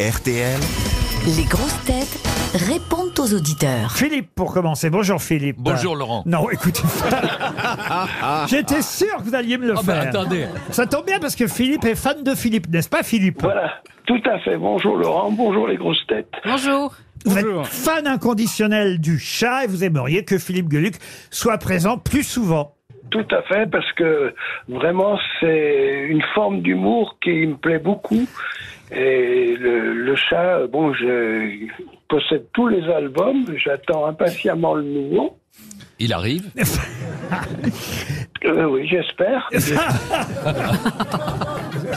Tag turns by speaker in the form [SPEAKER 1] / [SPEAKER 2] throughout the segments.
[SPEAKER 1] RTL.
[SPEAKER 2] Les grosses têtes répondent aux auditeurs.
[SPEAKER 3] Philippe, pour commencer. Bonjour Philippe.
[SPEAKER 4] Bonjour, Laurent.
[SPEAKER 3] Non, écoutez. J'étais sûr que vous alliez me le
[SPEAKER 4] Ah bah,
[SPEAKER 3] faire.
[SPEAKER 4] attendez.
[SPEAKER 3] Ça tombe bien parce que Philippe est fan de Philippe, n'est-ce pas Philippe
[SPEAKER 5] Voilà, tout à fait. Bonjour Laurent, bonjour les grosses têtes.
[SPEAKER 6] Bonjour.
[SPEAKER 3] Vous êtes fan inconditionnel du chat et vous aimeriez que Philippe Gueluc soit présent plus souvent.
[SPEAKER 5] Tout à fait, parce que vraiment, c'est une forme d'humour qui me plaît beaucoup. Et le, le chat, bon, je possède tous les albums, j'attends impatiemment le nouveau.
[SPEAKER 4] Il arrive.
[SPEAKER 5] Euh, oui, j'espère.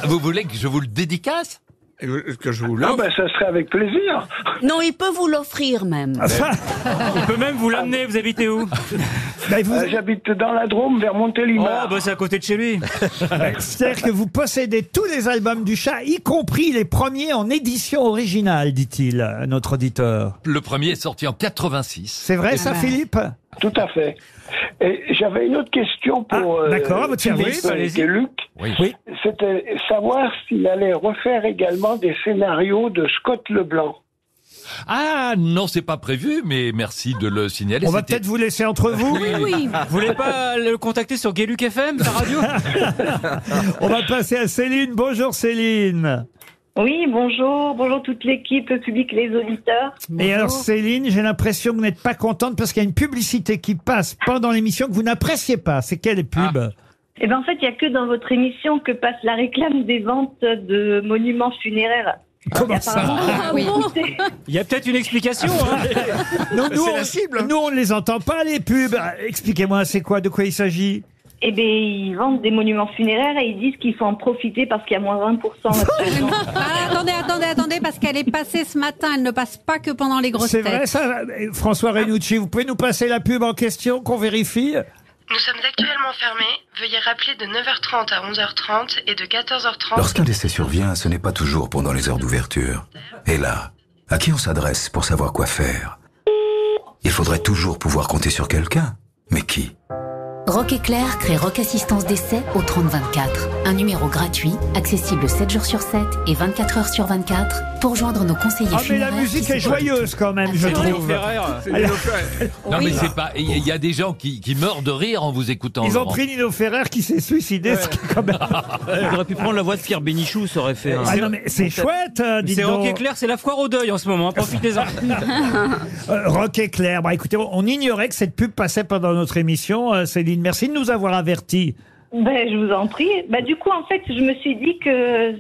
[SPEAKER 4] Vous voulez que je vous le dédicace
[SPEAKER 7] Que je vous
[SPEAKER 5] Ah ben, ça serait avec plaisir.
[SPEAKER 6] Non, il peut vous l'offrir même.
[SPEAKER 8] On peut même vous l'amener, vous habitez où
[SPEAKER 3] Bah, vous-
[SPEAKER 5] Euh, J'habite dans la Drôme, vers Montélimar.
[SPEAKER 8] Oh, bah c'est à côté de chez lui.
[SPEAKER 3] Euh, C'est-à-dire que vous possédez tous les albums du chat, y compris les premiers en édition originale, dit-il, à notre auditeur.
[SPEAKER 4] Le premier est sorti en 86.
[SPEAKER 3] C'est vrai ça,
[SPEAKER 6] bah.
[SPEAKER 3] Philippe
[SPEAKER 5] Tout à fait. Et j'avais une autre question pour
[SPEAKER 3] Ah,
[SPEAKER 5] euh,
[SPEAKER 3] d'accord, votre
[SPEAKER 5] Philippe
[SPEAKER 3] service,
[SPEAKER 5] et
[SPEAKER 8] allez-y.
[SPEAKER 5] Luc.
[SPEAKER 4] Oui.
[SPEAKER 5] C'était savoir s'il allait refaire également des scénarios de Scott Leblanc.
[SPEAKER 4] Ah non, c'est pas prévu, mais merci de le signaler.
[SPEAKER 3] On va
[SPEAKER 4] C'était-
[SPEAKER 3] peut-être vous laisser entre vous.
[SPEAKER 6] Oui.
[SPEAKER 8] Ah. Vous voulez pas le contacter sur Gayluc FM, sa radio
[SPEAKER 3] On va passer à Céline. Bonjour Céline.
[SPEAKER 9] Oui, bonjour, bonjour toute l'équipe, le public, les auditeurs.
[SPEAKER 3] Et alors Céline, j'ai l'impression que vous n'êtes pas contente parce qu'il y a une publicité qui passe pendant l'émission que vous n'appréciez pas. C'est quelle pub
[SPEAKER 7] Ah.
[SPEAKER 3] Ah,
[SPEAKER 9] Eh ben en fait, il n'y a que dans votre émission que passe la réclame des ventes de monuments funéraires.
[SPEAKER 3] Comment ça
[SPEAKER 6] Ah, oui.
[SPEAKER 8] Il y a peut-être une explication. hein.
[SPEAKER 3] Ah, Non, nous,
[SPEAKER 7] C'est
[SPEAKER 3] on,
[SPEAKER 7] la cible.
[SPEAKER 3] nous, on ne les entend pas, les pubs. Ah, Expliquez-moi, c'est quoi, de quoi il s'agit
[SPEAKER 9] Eh bien, ils vendent des monuments funéraires et ils disent qu'il faut en profiter parce qu'il y a moins 20%.
[SPEAKER 6] Ah, attendez, attendez, attendez, parce qu'elle est passée ce matin. Elle ne passe pas que pendant les grosses
[SPEAKER 3] C'est
[SPEAKER 6] têtes.
[SPEAKER 3] vrai, ça eh, François Renucci, vous pouvez nous passer la pub en question, qu'on vérifie Ah,
[SPEAKER 10] Nous sommes actuellement fermés. Veuillez rappeler de 9h30 à 11h30 et de 14h30.
[SPEAKER 1] Lorsqu'un décès survient, ce n'est pas toujours pendant les heures d'ouverture. Et là, à qui on s'adresse pour savoir quoi faire Il faudrait toujours pouvoir compter sur quelqu'un. Mais qui
[SPEAKER 2] Rock Éclair crée Rock Assistance Décès au 3024. Un numéro gratuit, accessible 7 jours sur 7 et 24 heures sur 24 pour joindre nos conseillers
[SPEAKER 3] Ah, mais
[SPEAKER 2] funéraires
[SPEAKER 3] la
[SPEAKER 2] qui
[SPEAKER 3] musique est
[SPEAKER 2] s'occupent-
[SPEAKER 3] joyeuse quand même, je
[SPEAKER 2] Ah,
[SPEAKER 8] C'est Léo
[SPEAKER 3] trouve.
[SPEAKER 8] Ferrer.
[SPEAKER 4] Non mais
[SPEAKER 6] Oui.
[SPEAKER 4] c'est pas. Il y, il y a des gens qui, qui meurent de rire en vous écoutant.
[SPEAKER 3] Ils ont
[SPEAKER 4] Laurent.
[SPEAKER 3] pris Nino Ferrer qui s'est suicidé, ce qui est quand même...
[SPEAKER 8] Ah,
[SPEAKER 11] Ah,
[SPEAKER 8] J'aurais pu prendre la voix de Pierre Bénichou, ça aurait fait.
[SPEAKER 3] Ah non, mais c'est chouette, euh, dites
[SPEAKER 8] C'est
[SPEAKER 3] donc.
[SPEAKER 8] rock et clair, c'est la foire au deuil en ce moment. hein, Profitez-en.
[SPEAKER 3] Euh, Rock Éclair. Bah, écoutez, on ignorait que cette pub passait pendant notre émission, euh, Céline. Merci de nous avoir avertis.
[SPEAKER 9] ben, je vous en prie. Ben, du coup, en fait, je me suis dit que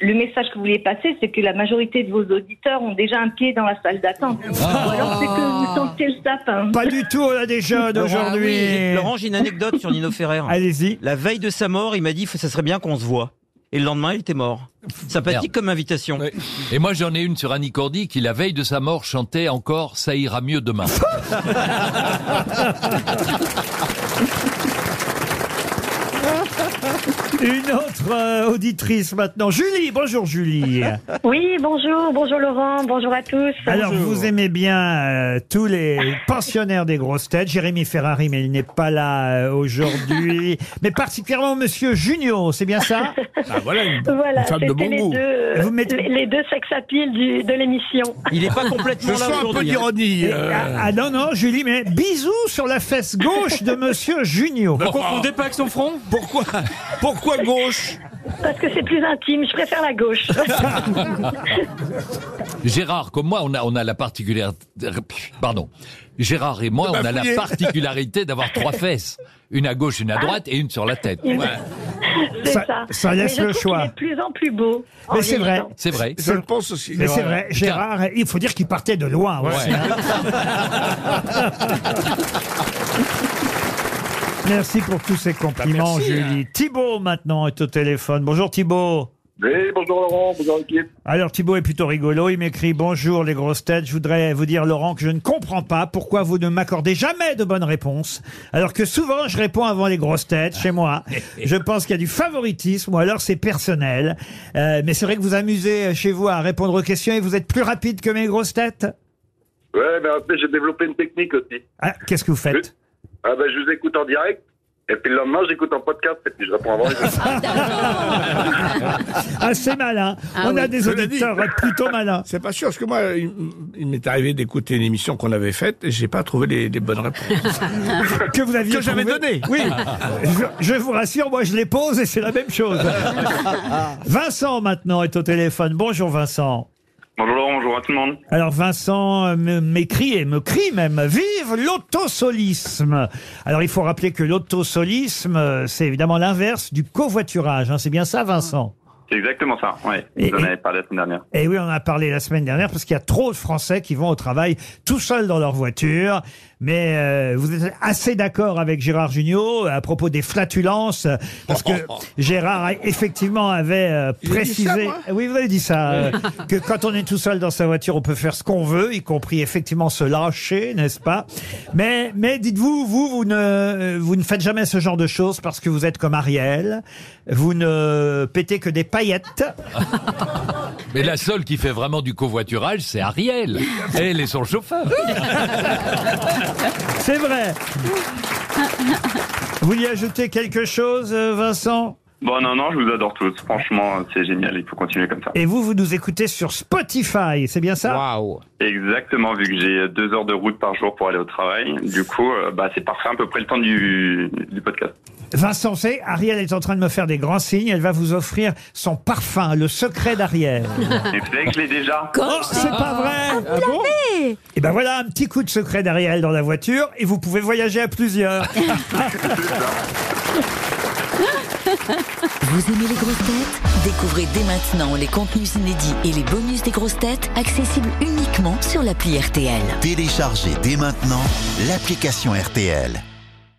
[SPEAKER 9] le message que vous vouliez passer, c'est que la majorité de vos auditeurs ont déjà un pied dans la salle d'attente.
[SPEAKER 3] Ah.
[SPEAKER 9] Ou alors, c'est que vous sentiez le sapin.
[SPEAKER 3] Pas du tout, on a des jeunes aujourd'hui.
[SPEAKER 11] Laurent, j'ai une anecdote sur Nino Ferrer.
[SPEAKER 3] Allez-y.
[SPEAKER 11] La veille de sa mort, il m'a dit ça serait bien qu'on se voit. Et le lendemain, il était mort. Sympathique
[SPEAKER 4] Merde.
[SPEAKER 11] comme invitation.
[SPEAKER 4] Oui. Et moi j'en ai une sur Annie Cordy qui la veille de sa mort chantait encore Ça ira mieux demain.
[SPEAKER 3] Une autre euh, auditrice maintenant. Julie, bonjour Julie.
[SPEAKER 9] Oui, bonjour, bonjour Laurent, bonjour à tous.
[SPEAKER 3] Bah. Alors, vous aimez bien euh, tous les pensionnaires des grosses têtes. Jérémy Ferrari, mais il n'est pas là euh, aujourd'hui. mais particulièrement Monsieur Junio, c'est bien ça
[SPEAKER 9] Voilà,
[SPEAKER 7] femme de
[SPEAKER 9] c'était
[SPEAKER 7] bon
[SPEAKER 9] les,
[SPEAKER 7] goût.
[SPEAKER 9] deux,
[SPEAKER 3] Vous mettez-
[SPEAKER 9] les- les deux sexapiles du- de l'émission.
[SPEAKER 11] Il n'est pas complètement là aujourd'hui. hein.
[SPEAKER 7] d'ironie.
[SPEAKER 3] Et- ah, ah non, non, Julie, mais bisous sur la fesse gauche de Monsieur Junio.
[SPEAKER 8] Ne confondez pas avec son front.
[SPEAKER 7] Pourquoi Pourquoi gauche
[SPEAKER 9] Parce que c'est plus intime, je préfère la gauche.
[SPEAKER 4] Gérard, comme moi, on a on a la particularité. Pardon. Gérard et moi, on a la
[SPEAKER 7] fouillé.
[SPEAKER 4] particularité d'avoir trois fesses, une à gauche, une à droite
[SPEAKER 3] Ah.
[SPEAKER 4] et une sur la tête.
[SPEAKER 9] C'est
[SPEAKER 3] Ça-
[SPEAKER 9] ça.
[SPEAKER 3] ça laisse
[SPEAKER 9] Mais je
[SPEAKER 3] le
[SPEAKER 9] trouve
[SPEAKER 3] choix.
[SPEAKER 9] qu'il est de plus en plus beau. en
[SPEAKER 3] Mais c'est vrai.
[SPEAKER 9] vieillissant.
[SPEAKER 4] C'est vrai.
[SPEAKER 7] Je le pense aussi.
[SPEAKER 3] Mais c'est vrai, Gérard, il faut dire qu'il partait de loin. ouais.
[SPEAKER 4] Ouais.
[SPEAKER 3] Merci pour tous ces compliments, Julie. Thibault, maintenant, est au téléphone. Bonjour Thibault.
[SPEAKER 5] Oui, bonjour Laurent, bonjour l'équipe.
[SPEAKER 3] Alors Thibault est plutôt rigolo, il m'écrit Bonjour les grosses têtes, je voudrais vous dire Laurent que je ne comprends pas pourquoi vous ne m'accordez jamais de bonnes réponses, alors que souvent je réponds avant les grosses têtes chez moi. Je pense qu'il y a du favoritisme ou alors c'est personnel. Euh, mais c'est vrai que vous amusez euh, chez vous à répondre aux questions et vous êtes plus rapide que mes grosses têtes.
[SPEAKER 5] Ouais, mais après j'ai développé une technique aussi.
[SPEAKER 3] Ah, Qu'est-ce que vous faites
[SPEAKER 5] Ah ben je vous écoute en direct
[SPEAKER 12] Et puis le lendemain, j'écoute un podcast et puis je réponds avant.
[SPEAKER 3] Ah, c'est malin. On a des auditeurs euh, plutôt malins.
[SPEAKER 5] C'est pas sûr, parce que moi, il, il m'est arrivé d'écouter une émission qu'on avait faite et j'ai pas trouvé les, les bonnes réponses.
[SPEAKER 3] que vous aviez
[SPEAKER 5] Que j'avais
[SPEAKER 3] trouvé.
[SPEAKER 5] donné.
[SPEAKER 3] Oui. je, je vous rassure, moi je les pose et c'est la même chose. Vincent maintenant est au téléphone. Bonjour Vincent.
[SPEAKER 13] Bonjour Laurent, bonjour à tout le monde.
[SPEAKER 3] Alors Vincent euh, me- m'écrit et me crie même Vive l'autosolisme Alors il faut rappeler que l'autosolisme, euh, c'est évidemment l'inverse du covoiturage. hein. C'est bien ça Vincent
[SPEAKER 13] C'est exactement ça, ouais.
[SPEAKER 3] Et-
[SPEAKER 13] Vous en
[SPEAKER 3] et-
[SPEAKER 13] avez parlé la semaine dernière.
[SPEAKER 3] Et oui, on en a parlé la semaine dernière parce qu'il y a trop de Français qui vont au travail tout seuls dans leur voiture. Mais euh, vous êtes assez d'accord avec Gérard Junior à propos des flatulences euh, parce que Gérard a- effectivement avait euh,
[SPEAKER 5] Il a dit ça,
[SPEAKER 3] précisé.
[SPEAKER 5] moi
[SPEAKER 3] oui, vous avez dit ça euh,
[SPEAKER 5] Oui.
[SPEAKER 3] que quand on est tout seul dans sa voiture, on peut faire ce qu'on veut, y compris effectivement se lâcher, n'est-ce pas Mais mais dites-vous, vous vous ne euh, vous ne faites jamais ce genre de choses parce que vous êtes comme Ariel, vous ne pétez que des paillettes.
[SPEAKER 4] Mais la seule qui fait vraiment du covoiturage, c'est Ariel. Elle est son chauffeur.
[SPEAKER 3] C'est vrai. Vous y ajoutez quelque chose, euh, Vincent
[SPEAKER 13] Bon, non, non, je vous adore tous. Franchement, c'est génial, il faut continuer comme ça.
[SPEAKER 3] Et vous, vous nous écoutez sur Spotify, c'est bien ça
[SPEAKER 13] Waouh Exactement, vu que j'ai deux heures de route par jour pour aller au travail, du coup, euh, bah, c'est parfait, à peu près le temps du, du podcast.
[SPEAKER 3] Vincent, c'est Ariel est en train de me faire des grands signes. Elle va vous offrir son parfum, le secret d'Ariel.
[SPEAKER 13] Et vous savez que je l'ai déjà
[SPEAKER 3] Oh, c'est pas vrai Ah bon Et ben voilà un petit coup de secret d'Ariel dans la voiture et vous pouvez voyager à plusieurs.
[SPEAKER 2] Vous aimez les grosses têtes Découvrez dès maintenant les contenus inédits et les bonus des grosses têtes accessibles uniquement sur l'appli RTL.
[SPEAKER 1] Téléchargez dès maintenant l'application RTL.